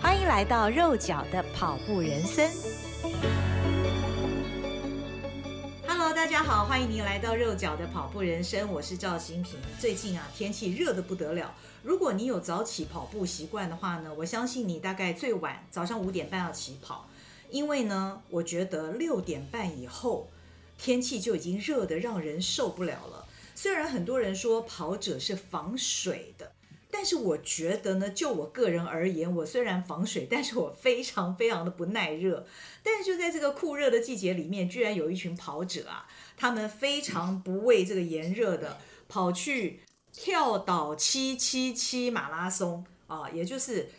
欢迎来到肉脚的跑步人生。Hello，大家好，欢迎您来到肉脚的跑步人生，我是赵新平。最近啊，天气热得不得了。如果你有早起跑步习惯的话呢，我相信你大概最晚早上五点半要起跑，因为呢，我觉得六点半以后天气就已经热得让人受不了了。虽然很多人说跑者是防水的，但是我觉得呢，就我个人而言，我虽然防水，但是我非常非常的不耐热。但是就在这个酷热的季节里面，居然有一群跑者啊，他们非常不畏这个炎热的，跑去跳岛七七七马拉松啊，也就是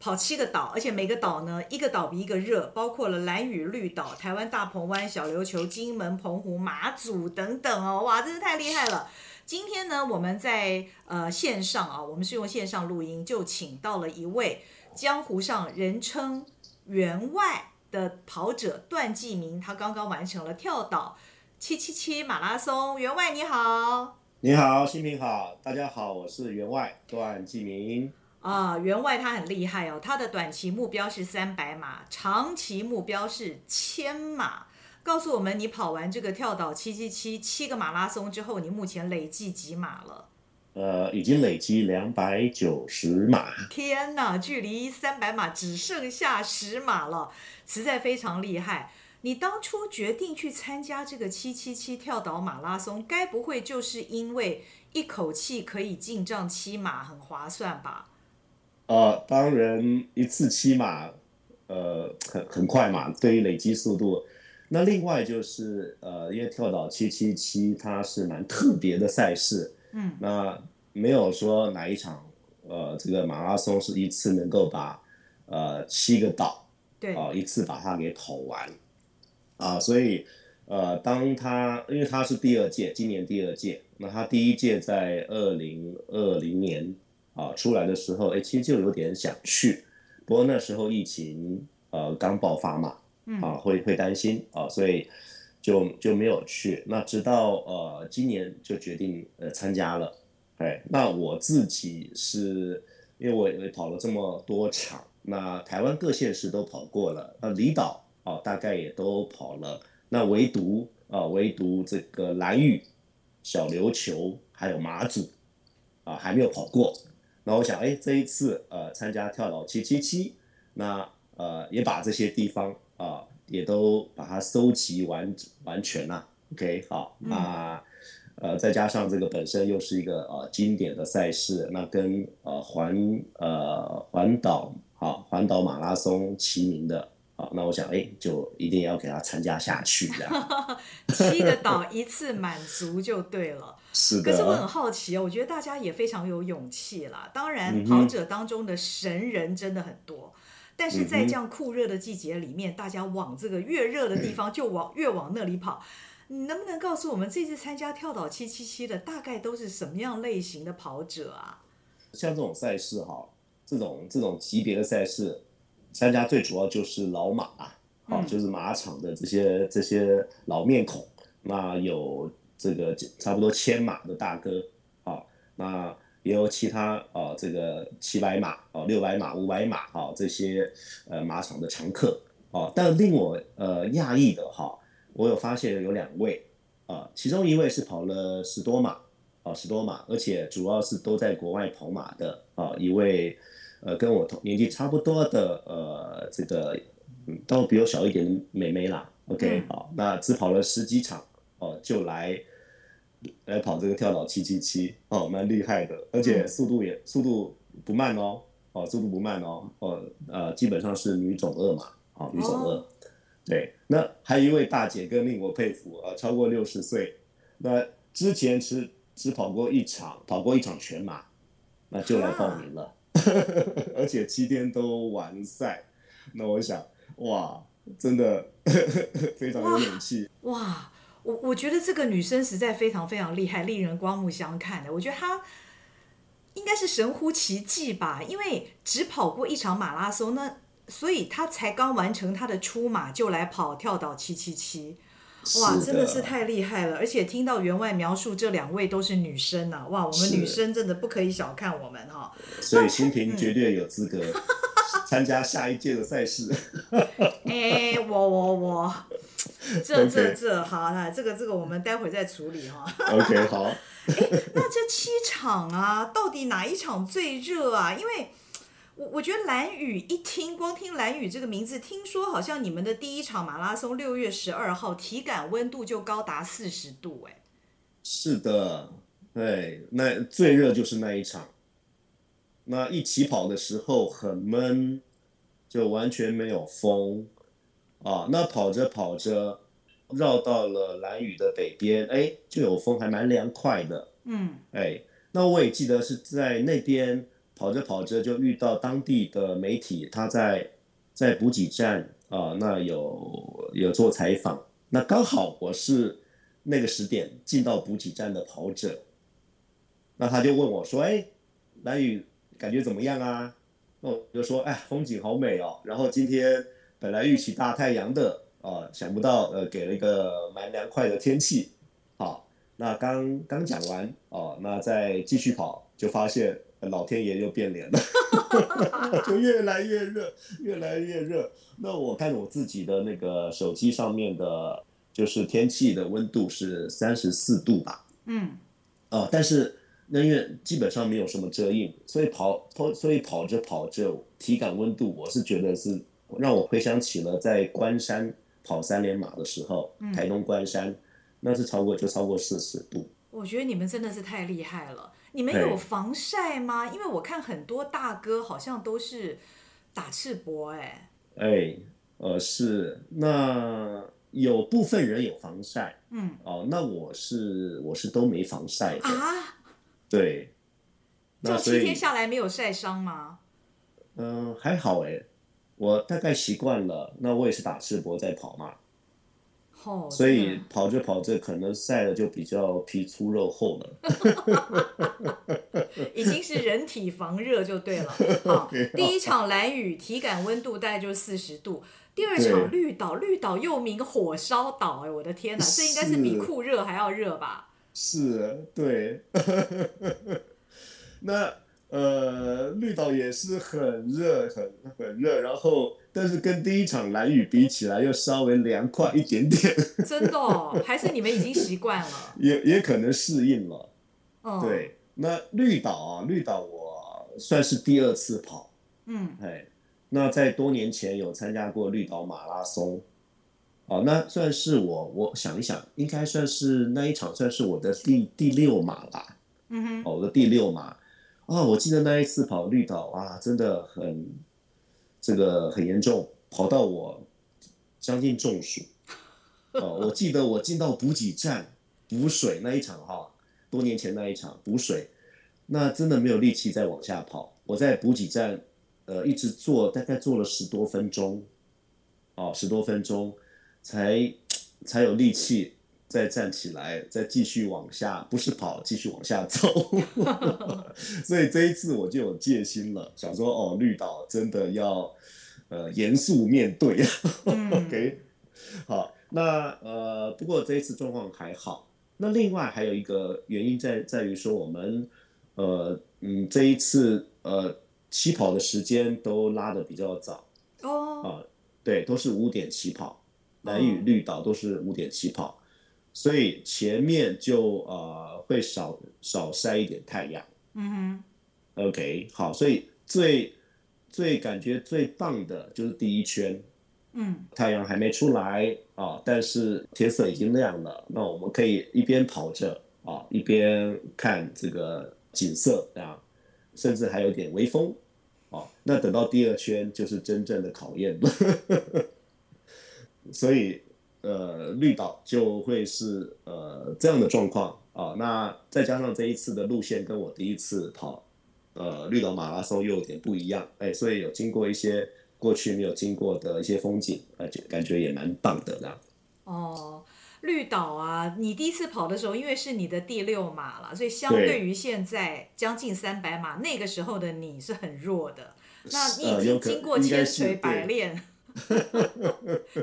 跑七个岛，而且每个岛呢，一个岛比一个热，包括了蓝屿绿岛、台湾大鹏湾、小琉球、金门、澎湖、马祖等等哦，哇，真是太厉害了！今天呢，我们在呃线上啊，我们是用线上录音，就请到了一位江湖上人称员外的跑者段继明，他刚刚完成了跳岛七七七马拉松。员外你好你好，新平好，大家好，我是员外段继明。啊、员外他很厉害哦，他的短期目标是三百码，长期目标是千马。告诉我们，你跑完这个跳岛七七七七个马拉松之后，你目前累计几码了？呃，已经累积两百九十码，天呐，距离三百码只剩下十码了，实在非常厉害。你当初决定去参加这个七七七跳岛马拉松，该不会就是因为一口气可以进账七马，很划算吧？呃，当然一次七码，呃，很很快嘛，对于累积速度。那另外就是呃，因为跳岛七七七它是蛮特别的赛事，嗯，那没有说哪一场呃这个马拉松是一次能够把呃七个岛对，啊、一次把它给跑完啊、所以呃，当他因为他是第二届，今年第二届，那他第一届在二零二零年啊、出来的时候，哎，其实就有点想去，不过那时候疫情呃刚爆发嘛，嗯啊，会会担心啊，所以就就没有去。那直到呃今年就决定呃参加了，哎，那我自己是因为我也跑了这么多场，那台湾各县市都跑过了，那离岛哦大概也都跑了，那唯独啊、唯独这个蓝屿、小琉球还有马祖啊、还没有跑过。那我想，哎，这一次呃参加跳岛七七七，那呃也把这些地方啊、也都把它搜集完完全啦、OK，好，嗯那、呃再加上这个本身又是一个呃经典的赛事，那跟呃环呃环岛好环岛马拉松齐名的。好，那我想，哎，就一定要给它参加下去，这样七个岛一次满足就对了。是的。可是我很好奇哦，我觉得大家也非常有勇气啦。当然，嗯哼跑者当中的神人真的很多，但嗯是在这样酷热的季节里面，大家往这个越热的地方就往越往那里跑。你能不能告诉我们这次参加跳岛七七七的大概都是什么样类型的跑者啊？像这种赛事哈，这种这种级别的赛事，参加最主要就是老马啊，嗯哦就是马场的这些这些老面孔。那有这个差不多千码的大哥啊，那也有其他啊这个七百码啊、六百码、五百码啊这些呃马场的常客啊。但令我呃讶异的哈、我有发现有两位啊，其中一位是跑了十多码。哦，十多码，而且主要是都在国外跑马的啊、一位呃跟我同年纪差不多的呃这个，嗯，都比我小一点的妹妹啦，OK，嗯好、那只跑了十几场哦、就来来跑这个跳岛七七七哦，蛮厉害的，而且嗯速度也速度不慢哦，哦，速度不慢哦，哦呃，基本上是女总二嘛，哦，女总二，哦对，那还有一位大姐更令我佩服啊、呃超过六十岁，那之前是只跑过一场，跑过一场全马，那就来报名了， 而且七天都完赛。那我想，哇，真的 非常有勇气。哇，我我觉得这个女生实在非常非常厉害，令人刮目相看的。我觉得她应该是神乎其技吧，因为只跑过一场马拉松，那所以她才刚完成她的出马就来跑跳岛七七七，哇，是真的是太厉害了！而且听到员外描述这两位都是女生呐、哇，我们是女生真的不可以小看我们哈、所以新嗯平绝对有资格 参加下一届的赛事。哎，我我我， 这这 OK 这好啦，这个这个我们待会儿再处理哈、 OK，好，那这七场啊，到底哪一场最热啊？因为我我觉得蓝雨一听，光听蓝雨这个名字，听说好像你们的第一场马拉松六月十二号，体感温度就高达四十度、哎，是的，对，那最热就是那一场。那一起跑的时候很闷，就完全没有风啊。那跑着跑着，绕到了蓝屿的北边，哎，就有风，还蛮凉快的。 嗯，哎，那我也记得是在那边跑着跑着就遇到当地的媒体，他在在补给站啊、那有有做采访，那刚好我是那个时点进到补给站的跑者，那他就问我说：“哎，蓝宇感觉怎么样啊？”那我就说：“哎，风景好美哦。”然后今天本来预期大太阳的啊、想不到呃给了一个蛮凉快的天气，好、那刚刚讲完哦，那再继续跑，就发现呃老天爷又变脸了， 就越来越热，越来越热。那我看我自己的那个手机上面的，就是天气的温度是三十四度吧，嗯，哦，但是那因为基本上没有什么遮荫，所以跑跑，所以跑着跑着，体感温度我是觉得是让我回想起了在关山跑三连马的时候，台东关山。那是超过就超过四十度，我觉得你们真的是太厉害了。你们有对防晒吗？因为我看很多大哥好像都是打赤膊、哎，哎，呃，是，那有部分人有防晒嗯哦，那我是我是都没防晒的，啊，对，这那样所七天以下来没有晒伤吗？嗯、还好哎，我大概习惯了，那我也是打赤膊在跑嘛，哦，所真以的跑着跑着可能晒了就比较皮粗肉 厚了，已经是人体防热就对 了。好，第一场蓝雨体感温度大概就是四十度，第二场绿岛，绿岛又名火烧岛，哎，我的天哪，这应该是比是酷热还要热吧？是，对， 那呃，绿岛也是很热，很很热，然后但是跟第一场蓝雨比起来又稍微凉快一点点，真的、 哦，还是你们已经习惯了？也也可能适应了。嗯，，对，那绿岛啊，绿岛我算是第二次跑，嗯哎，那在多年前有参加过绿岛马拉松，哦，那算是我，我想一想，应该算是那一场算是我的第第六马吧。嗯哼，哦，我的第六马啊、我记得那一次跑绿岛啊，真的很这个很严重，跑到我将近中暑。哦，我记得我进到补给站 补水那一场哈、多年前那一场补水，那真的没有力气再往下跑。我在补给站呃一直坐，大概坐了十多分钟，哦，十多分钟才才有力气再站起来，再继续往下，不是跑，继续往下走。 所以这一次我就有戒心了，想说哦，绿岛真的要呃严肃面对。嗯， OK，好，那呃，不过这一次状况还好。那另外还有一个原因在在于说，我们呃嗯这一次呃起跑的时间都拉的比较早，哦，啊，对，都是五点起跑，蓝屿、绿岛都是五点起跑，所以前面就呃会少少晒一点太阳。嗯 OK，好，所以最最感觉最棒的就是第一圈，哼，嗯，太阳还没出来啊，但是天色已经亮了，那我们可以一边跑着啊，一边看这个景色啊，甚至还有点微风啊。那等到第二圈就是真正的考验了， 所以呃，绿岛就会是呃这样的状况哦，那再加上这一次的路线跟我第一次跑呃绿岛马拉松又有点不一样，哎，所以有经过一些过去没有经过的一些风景，呃，就感觉也蛮棒的这样。哦，绿岛啊，你第一次跑的时候，因为是你的第六码了，所以相对对于现在将近三百码，那个时候的你是很弱的。那你已呃经有可经过应该千是锤百对炼，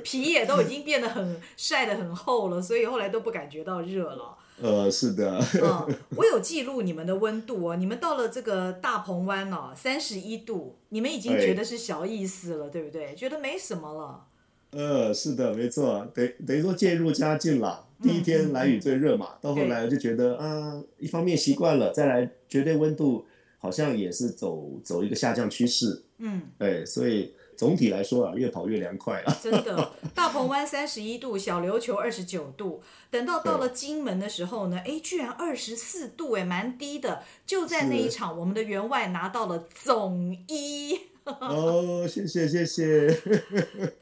皮也都已经变得很晒得很厚了，所以后来都不感觉到热 了。呃，是的， 嗯，我有记录你们的温度哦，你们到了这个大鹏湾哦，三十一度，你们已经哎觉得是小意思了，对不对？觉得没什么了。呃，是的，没错，等等于说渐入佳境啦。嗯第一天蓝雨最热嘛，到后来就觉得啊，一方面习惯了，再来绝对温度好像也是走走一个下降趋势，嗯，对，所以总体来说啊，越跑越凉快 啊。真的，大鹏湾三十一度，小琉球二十九度。等到到了金门的时候呢，哎，居然二十四度，哎，蛮低的。就在那一是场，我们的员外拿到了总一，哦，谢谢谢谢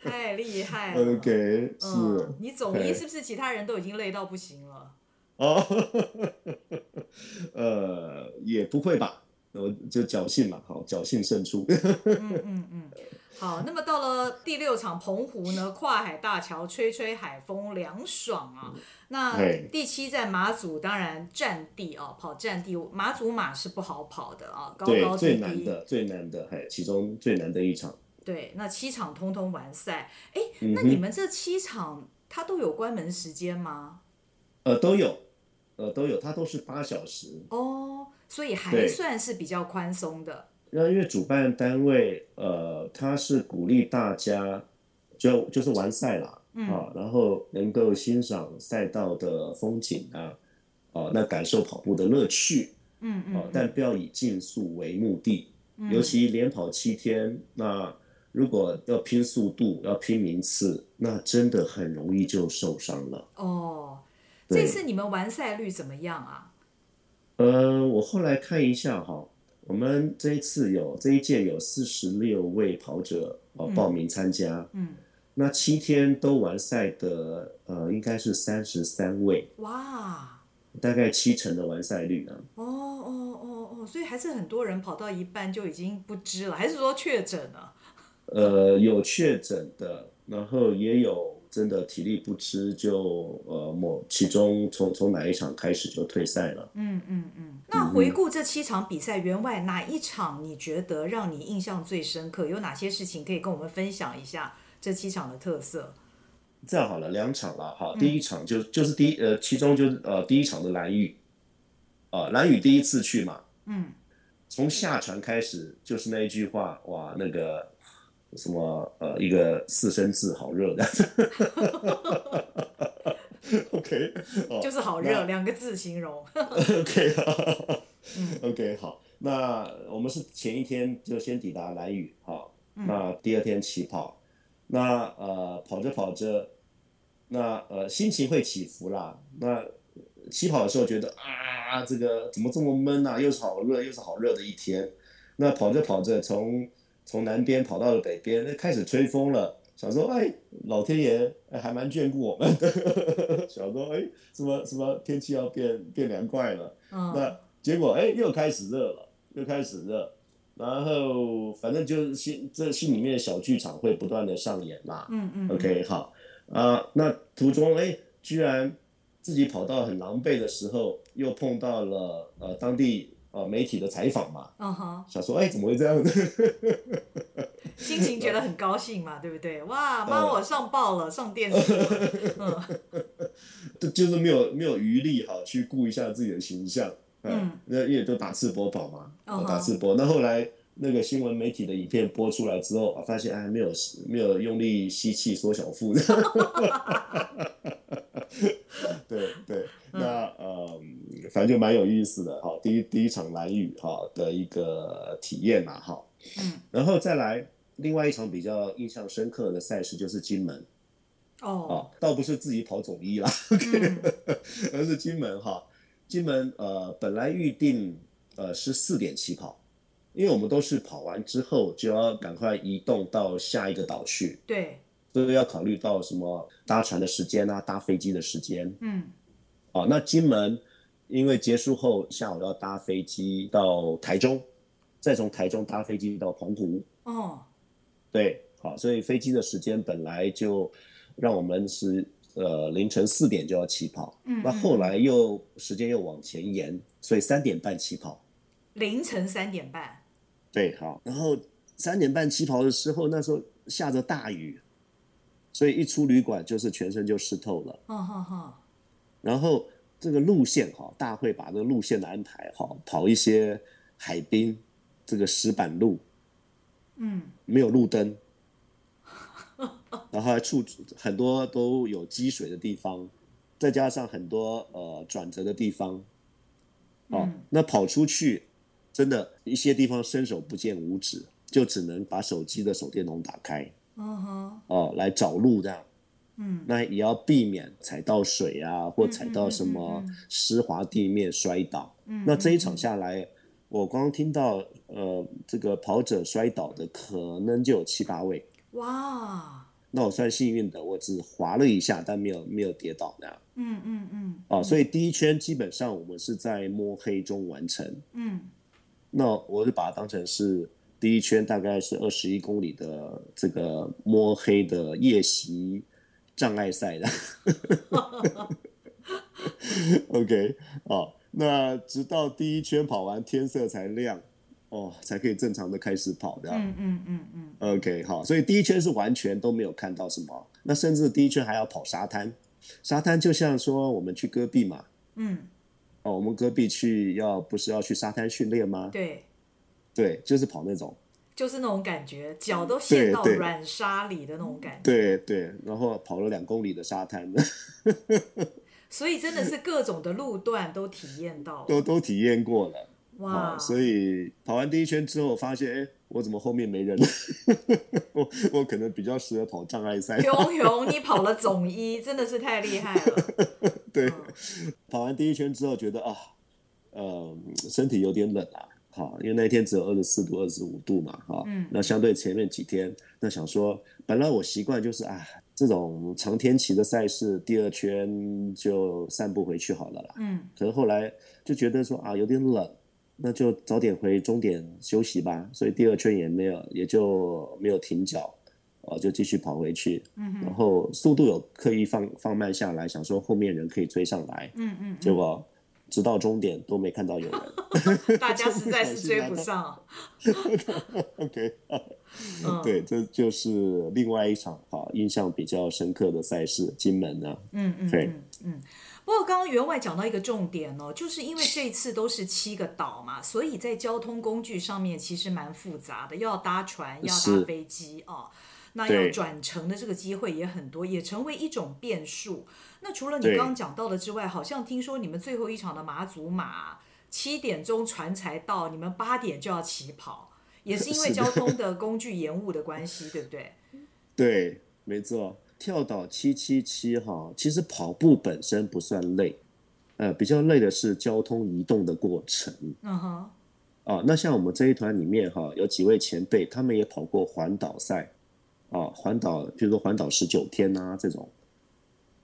太厉害了。 ，OK，是嗯，你总一哎是不是其他人都已经累到不行了？ 哦，呃，也不会吧，我就侥幸嘛，好，侥幸胜出。嗯嗯嗯。好，那么到了第六场澎湖呢，跨海大桥吹吹海风，凉爽啊。那哎第七站马祖，当然战地啊，跑战地，马祖马是不好跑的啊，高对高，低最低。难的，最难的，嘿，其中最难的一场。对，那七场通通完赛。哎，嗯那哼你们这七场它都有关门时间吗？呃，都有，呃，都有，它都是八小时。哦，所以还对算是比较宽松的。那因为主办单位，呃，它是鼓励大家就就是完赛啦，嗯啊，然后能够欣赏赛道的风景啊，哦，那感受跑步的乐趣，嗯哦嗯，，但不要以竞速为目的，嗯尤其连跑七天，那如果要拼速度，要拼名次，那真的很容易就受伤了。哦，对这次你们完赛率怎么样啊？呃，我后来看一下哈，我们这一次有这一届有四十六位跑者哦嗯报名参加，嗯，那七天都完赛的呃应该是三十三位，哇，大概七成的完赛率啊。哦哦哦哦，所以还是很多人跑到一半就已经不知了，还是说确诊了？呃，有确诊的，然后也有真的体力不支就呃某其中从从哪一场开始就退赛了。嗯嗯嗯。那回顾这七场比赛，员外哪一场你觉得让你印象最深刻？有哪些事情可以跟我们分享一下这七场的特色？这样好了，两场了哈。第一场就就是第一呃，其中就是呃第一场的蓝雨，呃蓝雨第一次去嘛，嗯，从下船开始就是那一句话，哇，那个什么呃一个四声字，好热的。OK，哦，就是好热两个字形容。 嗯 OK 哈 OK 好，那我们是前一天就先抵达兰屿，好，那第二天起跑，那呃跑着跑着，那呃心情会起伏啦。那起跑的时候觉得啊，这个怎么这么闷啊？又是好热，又是好热的一天。那跑着跑着，从从南边跑到了北边，那开始吹风了。想说，哎，老天爷、哎还蛮眷顾我们的。 想说，哎，什么什么天气要变变凉快了？嗯那结果哎，又开始热了，又开始热，然后反正就是心这心里面的小剧场会不断的上演啦。嗯嗯 OK，好啊、那途中哎，居然自己跑到很狼狈的时候，又碰到了呃当地呃媒体的采访嘛，嗯哼，想说哎怎么会这样 呢？心情觉得很高兴嘛，对不对？哇，妈，我上报了，上电视 了。嗯就就是没有没有余力哈，去顾一下自己的形象。哎嗯，那因为都打赤膊跑嘛，嗯哼哦打赤膊。那后来那个新闻媒体的影片播出来之后，啊，发现哎没有没有用力吸气缩小腹。 对对，那呃，反正就蛮有意思的哈。第一第一场蓝雨哈的一个体验嘛哈，嗯，然后再来另外一场比较印象深刻的赛事就是金门。哦，嗯啊，倒不是自己跑总一啦，而是金门哈。金门呃，本来预定呃是四点起跑，因为我们都是跑完之后就要赶快移动到下一个岛去，对，所以要考虑到什么搭船的时间啊，搭飞机的时间嗯啊。那金门因为结束后下午要搭飞机到台中，再从台中搭飞机到澎湖，哦，对，好，所以飞机的时间本来就让我们是呃凌晨四点就要起跑，嗯那后来又时间又往前延，所以三点半起跑。凌晨三点半，对，好，然后三点半起跑的时候，那时候下着大雨，所以一出旅馆就是全身就湿透了。哦哈哈，然后这个路线哈，大会把这个路线的安排哈，跑一些海滨这个石板路，嗯，没有路 灯，然后还处很多都有积水的地方，再加上很多呃转折的地方，哦，嗯那跑出去真的，一些地方伸手不见五指，就只能把手机的手电筒打开哦哈，哦，来找路这样。嗯，那也要避免踩到水啊，或踩到什嗯么嗯嗯嗯湿滑地面摔倒。嗯那这一场下来，我光听到呃这个跑者摔倒的可能就有七八位。哇，那我算幸运的，我只滑了一下，但没有没有跌倒那样嗯嗯嗯，啊。所以第一圈基本上我们是在摸黑中完成。嗯那我就把它当成是第一圈大概是二十一公里的这个摸黑的夜袭障碍赛的。OK，哦，那直到第一圈跑完，天色才亮，哦，才可以正常的开始跑的。嗯嗯嗯嗯， OK，好，所以第一圈是完全都没有看到什么，那甚至第一圈还要跑沙滩，沙滩就像说我们去戈壁嘛，嗯，哦，我们戈壁去要不是要去沙滩训练吗？对，对，就是跑那种。就是那种感觉，脚都陷对到对软沙里的那种感觉，对对，然后跑了两公里的沙滩，所以真的是各种的路段都体验到了， 都都体验过了。哇，所以跑完第一圈之后，发现哎，我怎么后面没人了？ 我我可能比较适合跑障碍赛。 熊熊，你跑了总一，真的是太厉害了。对，嗯跑完第一圈之后，觉得啊，呃，身体有点冷啊。好，因为那一天只有二十四度、二十五度嘛，哈，嗯那相对前面几天，那想说，本来我习惯就是啊，这种长天期的赛事，第二圈就散步回去好了啦，嗯可是后来就觉得说啊有点冷，那就早点回终点休息吧，所以第二圈也没有也就没有停脚，哦、就继续跑回去，嗯然哼后速度有刻意放放慢下来，想说后面人可以追上来，嗯嗯结果直到终点都没看 到有人。嗯，大家实在是追不上。 OK，嗯，对，这就是另外一场哈、印象比较深刻的赛事，金门啊，嗯嗯对嗯嗯。不过刚刚员外讲到一个重点哦，就是因为这一次都是七个岛嘛，所以在交通工具上面其实蛮复杂的，要搭船，要搭是飞机哦。那对要转乘的这个机会也很多，也成为一种变数。那除了你对刚刚讲到的之外，好像听说你们最后一场的马祖马七点钟船才到，你们八点就要起跑，也是因为是的交通的工具延误的关系，对不对？对，没错，跳岛七七七哈，其实跑步本身不算累，呃，比较累的是交通移动的过程嗯哼，啊。那像我们这一团里面哈，有几位前辈，他们也跑过环岛赛啊，环岛，比如说环岛十九天啊这种，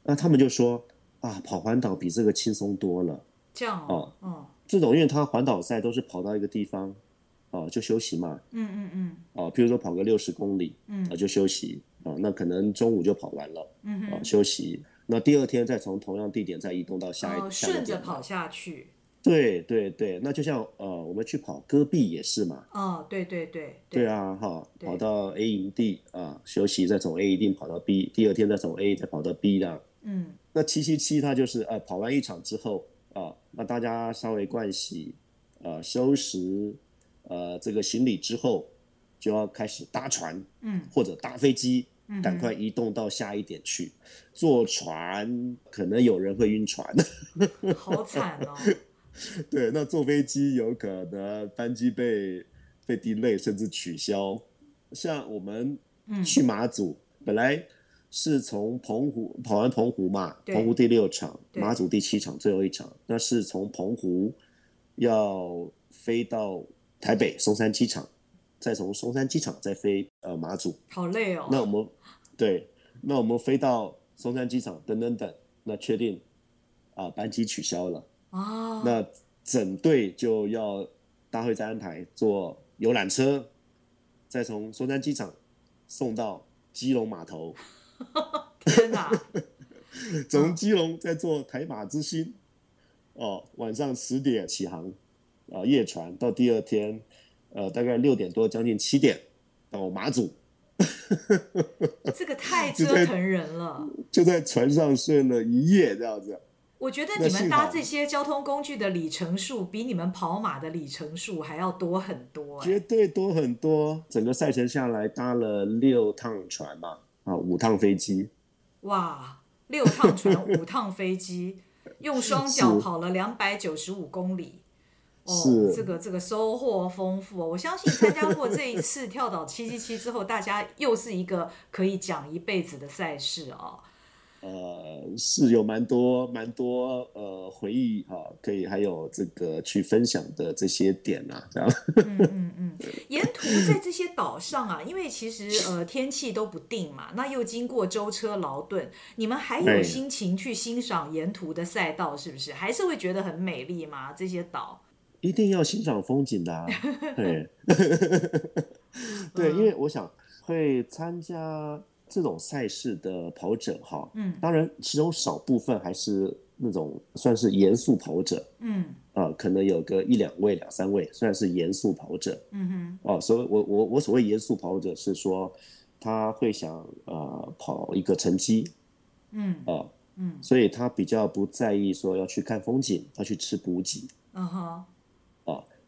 那他们就说啊，跑环岛比这个轻松多了。这样哦，嗯这种因为他环岛赛都是跑到一个地方，啊，就休息嘛，嗯嗯嗯啊，譬如说跑个六十公里，嗯啊，就休息啊，那可能中午就跑完了。嗯哼啊，。休息。那第二天再从同样地点再移动到下一、哦，下一个顺点着跑。下去。对对对，那就像呃，我们去跑戈壁也是嘛。哦，对对对对，啊，哈，对跑到 A 营地啊，休息，再从 A 营地跑到 B，第二天再从 A 再跑到 B 的。嗯那七七七它就是呃，跑完一场之后啊，那大家稍微盥洗，呃，收拾，呃，这个行李之后，就要开始搭船嗯或者搭飞机，嗯哼，赶快移动到下一点去。坐船可能有人会晕船， 好惨哦。对，那坐飞机有可能班机被被 delay 甚至取消。像我们嗯 去马祖，本来是从澎湖跑完澎湖嘛，对澎湖第六场，对马祖第七场，最后一场，那是从澎湖要飞到台北松山机场，再从松山机场再飞呃马祖。好累哦。那我们对，那我们飞到松山机场等等等，那确定啊、班机取消了。哦，那整队就要大会再安排坐游览车，再从松山机场送到基隆码头，天哪，从基隆再坐台马之星，哦，晚上十点起航，啊、夜船到第二天，呃，大概六点多将近七点到马祖，这个 太折腾人了。就在船上睡了一夜这样子。我觉得那你们幸搭好这些交通工具的里程数比你们跑马的里程数还要多很多、哎绝对多很多。整个赛程下来搭了六趟船吧，啊，五趟飞机，哇，六趟船，五趟飞 机，用双脚是跑了两百九十五公里。哦是，这个这个收获丰富、哦，我相信参加过这一次跳岛七七七之后，大家又是一个可以讲一辈子的赛事哦。呃，是有蛮多蛮多呃回忆啊，可以还有这个去分享的这些点啊，这样嗯嗯嗯，沿途在这些岛上啊，因为其实呃天气都不定嘛，那又经过舟车劳顿，你们还有哎心情去欣赏沿途的赛道，是不是？还是会觉得很美丽吗？这些岛？一定要欣赏风景的、啊，对，对，因为我想会参加这种赛事的跑者哈，嗯当然其中少部分还是那种算是严肃跑者，嗯啊，可能有个一两位、两三位，算是严肃跑者嗯哼哦。所以我我我所谓严肃跑者是说，他会想呃跑一个成绩嗯啊，嗯所以他比较不在意说要去看风景，要去吃补给。嗯哼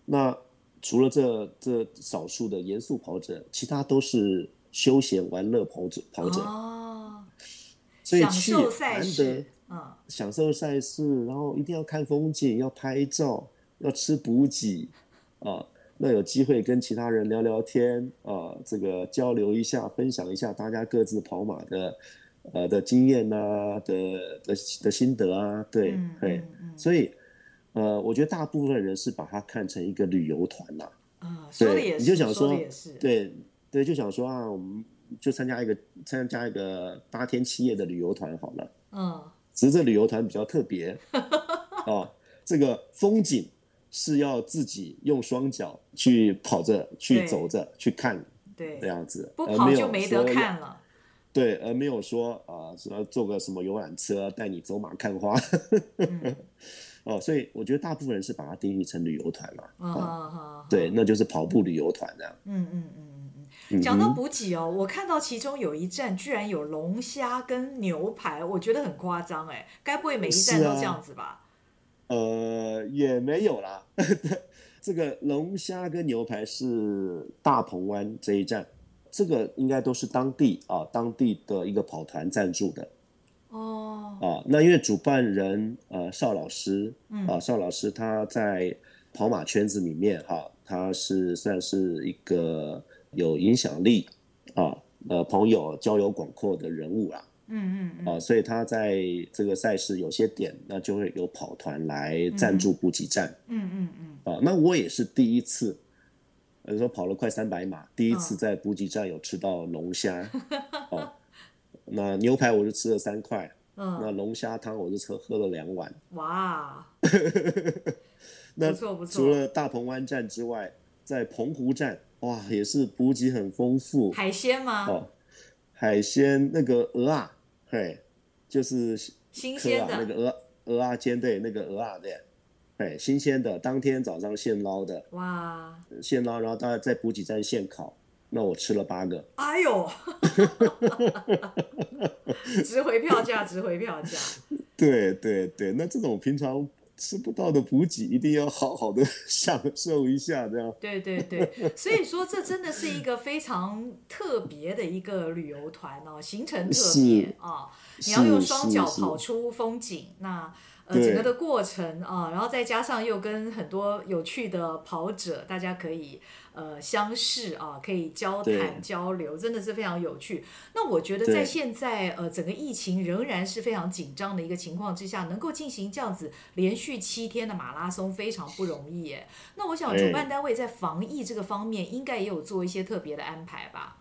那除了这这少数的严肃跑者，其他都是休闲玩乐跑者跑者，哦，所以享去受赛难得事，嗯，享受赛事，然后一定要看风景，要拍照，要吃补给，啊，那有机会跟其他人聊聊天，啊，这个交流一下，分享一下大家各自跑马的，呃的经验啊，的的的心得啊，对，嗯对，嗯嗯所以，呃，我觉得大部分人是把它看成一个旅游团啦、啊，说的对也是，你就想说的说也是，对对，就想说啊，我们就参加一个参加一个八天七夜的旅游团好了。嗯只是这旅游团比较 特别哦，这个风景是要自己用双脚去跑着、去对走着、去看对这，样子，不而跑啊呃没就有没说得要看了。对，而没有说啊，说、要坐个什么游览车带你走马看花嗯哦，所以我觉得大部分人是把它定义成旅游团了、 啊啊哈哈，对，那就是跑步旅游团这样。嗯嗯嗯嗯嗯。嗯讲到哼补给哦，我看到其中有一站居然有龙虾跟牛排，我觉得很夸张哎，该不会每一站是都啊这样子吧？呃，也没有啦。 这个龙虾跟牛排是大鹏湾这一站，这个应该都是当地啊当地的一个跑团赞助的哦，啊。那因为主办人呃邵老师嗯啊，邵老师他在跑马圈子里面哈、他是算是一个有影响力啊呃朋友交友广阔的人物啦。嗯嗯嗯，啊，所以他在这个赛事有些点，那就会有跑团来赞助补给站、嗯嗯嗯，啊。那我也是第一次，呃，说跑了快三百码，第一次嗯在补给站有吃到龙虾，啊，那牛排我就吃了三块，那嗯，龙虾汤我就喝喝了两碗。哇，那不错不除错，了大鹏湾站之外，在澎湖站，哇，也是补给很丰富海鲜吗？哦，海鲜那个鹅啊，嘿，就是新蚵鲜啊，那个的，鹅鹅啊煎对，那个鹅啊对，哎，新鲜的，当天早上现捞的，哇，现捞，然后大概在补给站现烤。那我吃了八个，哎呦， 值回票价，值回票价，对对对，那这种平常吃不到的补给，一定要好好的 享受一下，这样。对对对，所以说这真的是一个非常特别的一个旅游团哦，行程特别是啊、你要用是双脚是跑出风景，那呃对整个的过程啊、然后再加上又跟很多有趣的跑者，大家可以呃相识啊，可以交谈对交流，真的是非常有趣。那我觉得在对现在呃整个疫情仍然是非常紧张的一个情况之下，能够进行这样子连续七天的马拉松非常不容易耶。那我想哎主办单位在防疫这个方面应该也有做一些特别的安排吧？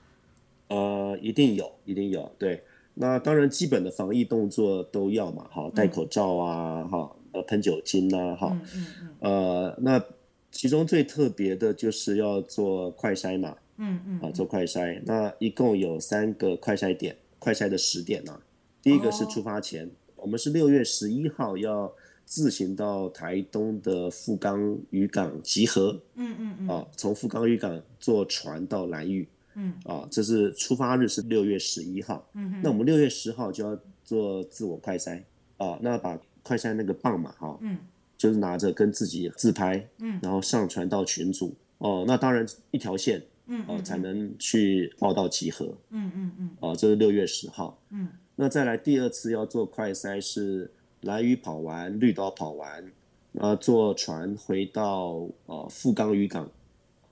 呃，一定有，一定有。对，那当然基本的防疫动作都要嘛，哈，戴口罩啊，哈、呃喷酒精呐、哈，嗯嗯呃，那其中最特别的就是要做快筛嘛，嗯嗯啊，嗯，做快筛，那一共有三个快筛点，快筛的时点呢、啊第一个是哦出发前，我们是六月十一号要自行到台东的富冈渔港集合嗯嗯嗯，啊，从富冈渔港坐船到兰屿嗯啊，这是出发日是六月十一号。嗯嗯，那我们六月十号就要做自我快筛啊，那把快筛那个棒嘛，哈、嗯就是拿着跟自己自拍，嗯然后上传到群组哦、那当然一条线嗯哦、嗯才能去报到集合嗯嗯嗯哦、这是六月十号。嗯那再来第二次要做快筛是蓝屿跑完，绿岛跑完，然后坐船回到呃富冈渔港，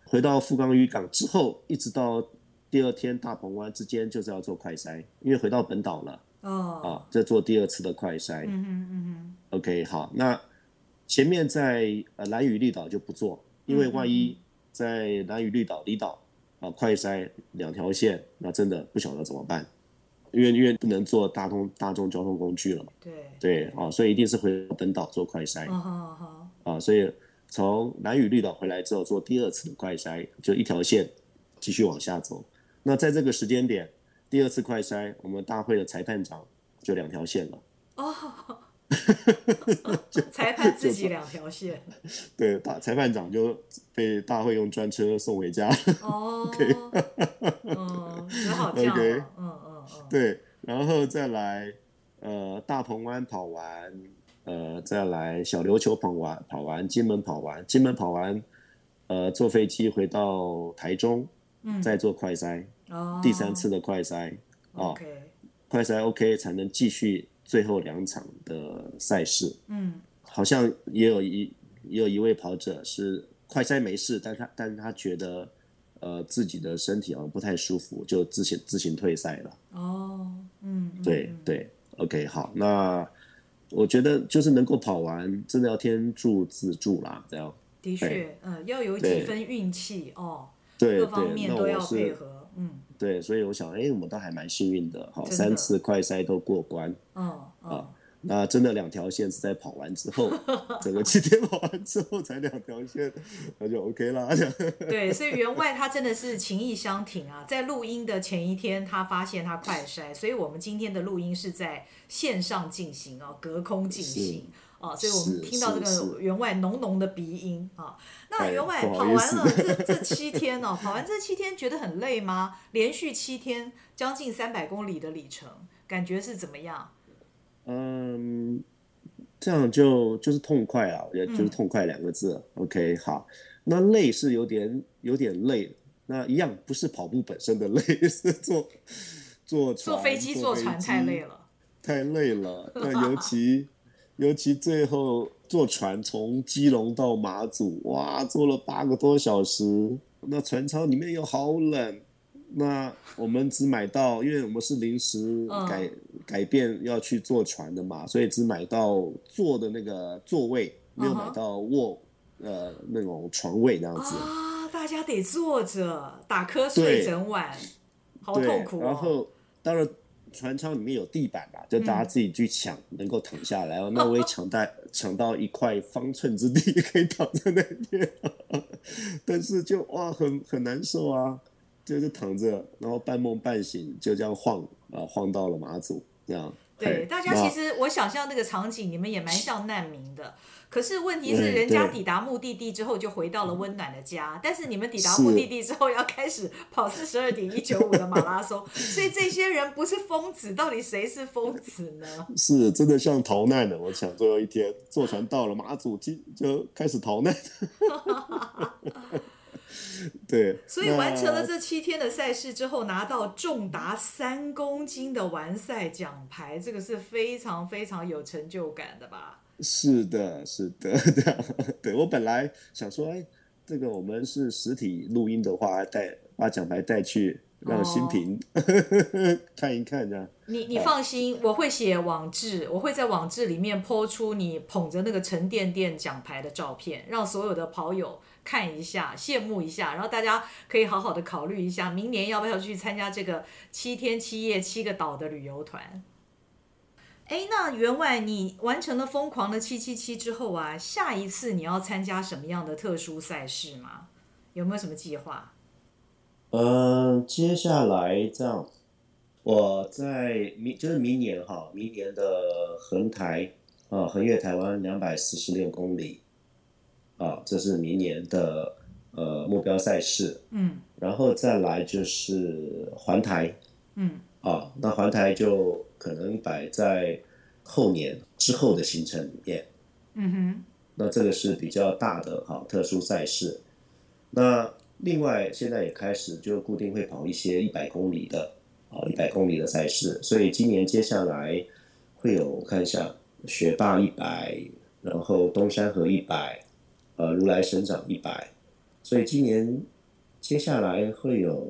回到富冈渔港之后，一直到第二天大鹏湾之间就是要做快筛，因为回到本岛了哦，啊，这做第二次的快筛。嗯嗯嗯 OK，好，那前面在呃蓝屿绿岛就不做，因为万一在蓝屿绿岛离岛啊、快筛两条线，那真的不晓得怎么办，因为因为不能坐大通大众交通工具了嘛，嗯，对对啊、所以一定是回本岛做快筛哦啊、好好，所以从蓝屿绿岛回来之后做第二次的快筛，就一条线继续往下走。那在这个时间点，第二次快筛，我们大会的裁判长就两条线了。哦， 裁判自己两条线，对，大裁判长就被大会用专车送回家。哦，嗯，只好这样了，嗯嗯嗯，， 对，然后再来，呃，大鹏湾跑完，呃，再来小琉球跑完，跑完金门跑完，金门跑完，呃，坐飞机回到台中，嗯，再做快筛，哦，第三次的快筛，哦， ，OK，快筛 OK 才能继续最后两场的赛事。嗯好像也有一也有一位跑者是快筛没事，但他但他觉得呃自己的身体好像不太舒服，就自行自行退赛了。哦，嗯，对、对，OK 好，那我觉得就是能够跑完，真的要天助自助啦，这样。的确，嗯，要有几分运气哦，对各方对，面那都要我配是合，嗯，对，所以我想，哎，我们倒还蛮幸运的，好，真的三次快筛都过关。哦哦，那真的两条线是在跑完之后，整个七天跑完之后才两条线，那就 OK 啦。 这样对，所以员外他真的是情意相挺啊，在录音的前一天，他发现他快筛，所以我们今天的录音是在线上进行哦，隔空进行哦，所以我们是听到这是个是员外浓浓的鼻音啊。那哎员外不跑好完意思了这这七天哦，跑完这七天觉得很累吗？连续七天将近三百公里的里程，感觉是怎么样？嗯，这样就就是痛快啊，我觉得就是嗯痛快两个字。OK，好，那累是有点有点累，那一样不是跑步本身的累， 是坐坐船坐飞机坐船太累，了，太累 了。那尤其尤其最后坐船从基隆到马祖，哇，坐了八个多小时，那船舱里面又好冷。那我们只买到，因为我们是临时嗯改、改变要去坐船的嘛，所以只买到坐的那个座位，没有嗯哼买到卧、呃那种床位这样子。啊，大家得坐着打瞌睡对整晚，好对，痛苦然哦。后当然船舱里面有地板啦，就大嗯家自己去抢，能够躺下来哦。那我也抢到抢到一块方寸之地，可以躺在那边，但是就哇，很很难受啊，就是躺着，然后半梦半醒，就这样晃啊、晃到了马祖这样。对，嘿大家那其实我想象那个场景，你们也蛮像难民的。可是问题是，嗯人家对抵达目的地之后就回到了温暖的家，但是你们抵达目的地之后要开始跑四十二点一九五的马拉松，所以这些人不是疯子，到底谁是疯子呢？是真的像逃难的，我想最后一天坐船到了马祖，就就开始 逃难。 对，所以完成那了这七天的赛事之后，拿到重达三公斤的完赛奖牌，这个是非常非常有成就感的吧？是的，是的， 对啊，对我本来想说，哎，这个我们是实体录音的话，带把奖牌带去让新平、 看一看，这样你你放心，我会写网志，我会在网志里面剖出你捧着那个沉甸甸奖牌的照片，让所有的跑友看一下，羡慕一下，然后大家可以好好的考虑一下，明年要不要去参加这个七天七夜七个岛的旅游团。哎，那员外，你完成了疯狂的七七七之后啊，下一次你要参加什么样的特殊赛事吗？有没有什么计划？嗯、接下来这样，我在明就是明年哈，明年的横台啊，横越台湾两百四十六公里啊，这是明年的呃目标赛事，嗯然后再来就是环台嗯，啊，那环台就可能摆在后年之后的行程里面。嗯哼，那这个是比较大的哈特殊赛事。那另外现在也开始就固定会跑一些一百公里的啊一百公里的赛事，所以今年接下来会有我看一下学霸一百，然后东山河一百，呃如来神掌一百，所以今年接下来会有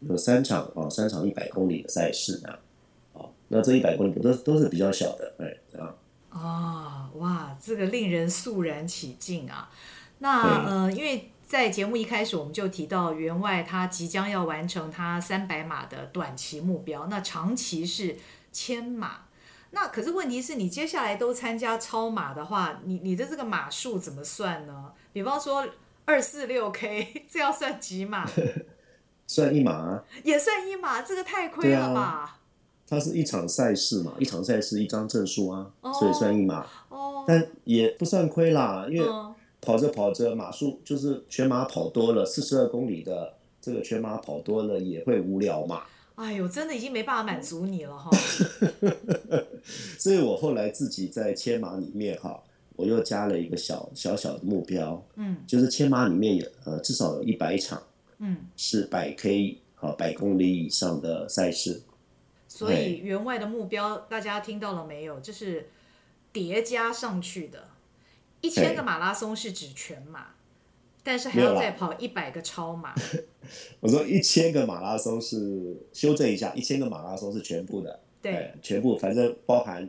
有三场啊三场一百公里的赛事啊，啊那这一百公里都都是比较小的哎啊。哦，哇，这个令人肃然起敬啊！那对呃，因为在节目一开始我们就提到，员外他即将要完成他三百码的短期目标，那长期是千码。那可是问题是你接下来都参加超马的话，你你的这个码数怎么算呢？比方说二四六 K，这 要算几 码？算一码啊、也算一码，这个太亏了吧？它是一场赛事嘛，一场赛事一张证书啊，嗯哦所以算一码，哦，但也不算亏啦，因为嗯跑着跑着马数就是全马跑多了，四十二公里的这个全马跑多了也会无聊嘛，哎呦，真的已经没办法满足你了哈。嗯所以我后来自己在千马里面哈，我又加了一个小小小的目标，嗯就是千马里面有呃至少有一百场嗯，是百 K 啊百公里以上的赛事，所以员外的目标大家听到了没有？就是叠加上去的。一千个马拉松是指全马，但是还没要有啦再跑一百个超 马。我说一千个马拉松是修正一下，一千个马拉松是全部的。对哎，全部反正包含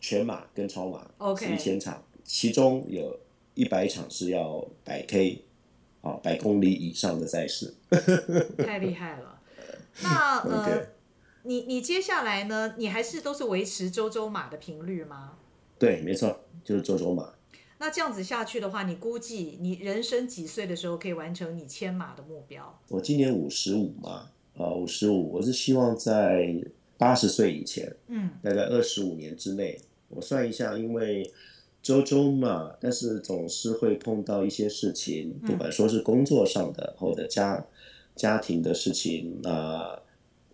全马跟超马 OK 是一千场，其中有一百场是要百 K，啊，百公里以上的赛事。太厉害 了。那呃 OK，你你接下来呢？你还是都是维持周周马的频率吗？对，没错，就是周周马。那这样子下去的话，你估计你人生几岁的时候可以完成你千马的目标？我今年五十五嘛，啊，五十五，我是希望在八十岁以前，嗯大概二十五年之内，我算一下，因为。周周嘛，但是总是会碰到一些事情，嗯不管说是工作上的，或者家家庭的事情，那、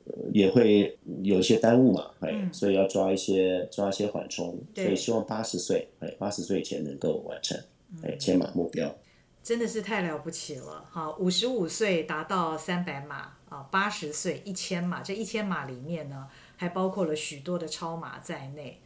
呃也会有一些耽误嘛，哎，嗯所以要抓一些抓一些缓冲，对所以希望八十岁，哎，八十岁前能够完成，哎，嗯，千马目标，真的是太了不起了。好，五十五岁达到三百码啊，八十岁一千码，这一千码里面呢，还包括了许多的超马在内。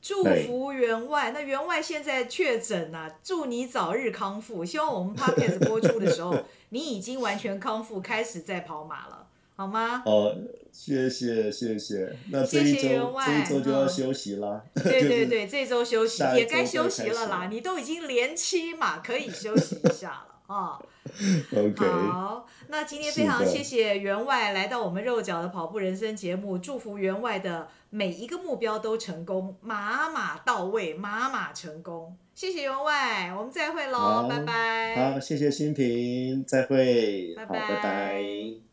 祝福员外，那员外现在确诊呐、祝你早日康复。希望我们 podcast 播出的时候，你已经完全康复，开始在跑马了，好 吗？哦，谢谢谢谢，那这这一一周谢谢员周外这一周就要嗯休息 啦，对对对，这周休息下一也周该休息了再啦，开始你都已经连期嘛，可以休息一下了啊。 ，OK，好，那今天非常谢谢员外来到我们肉脚的跑步人生节目，祝福员外的每一个目标都成功，马马到位，马马成功。谢谢员外，我们再会喽，好拜拜。好，谢谢新平，再会，拜好，拜拜拜。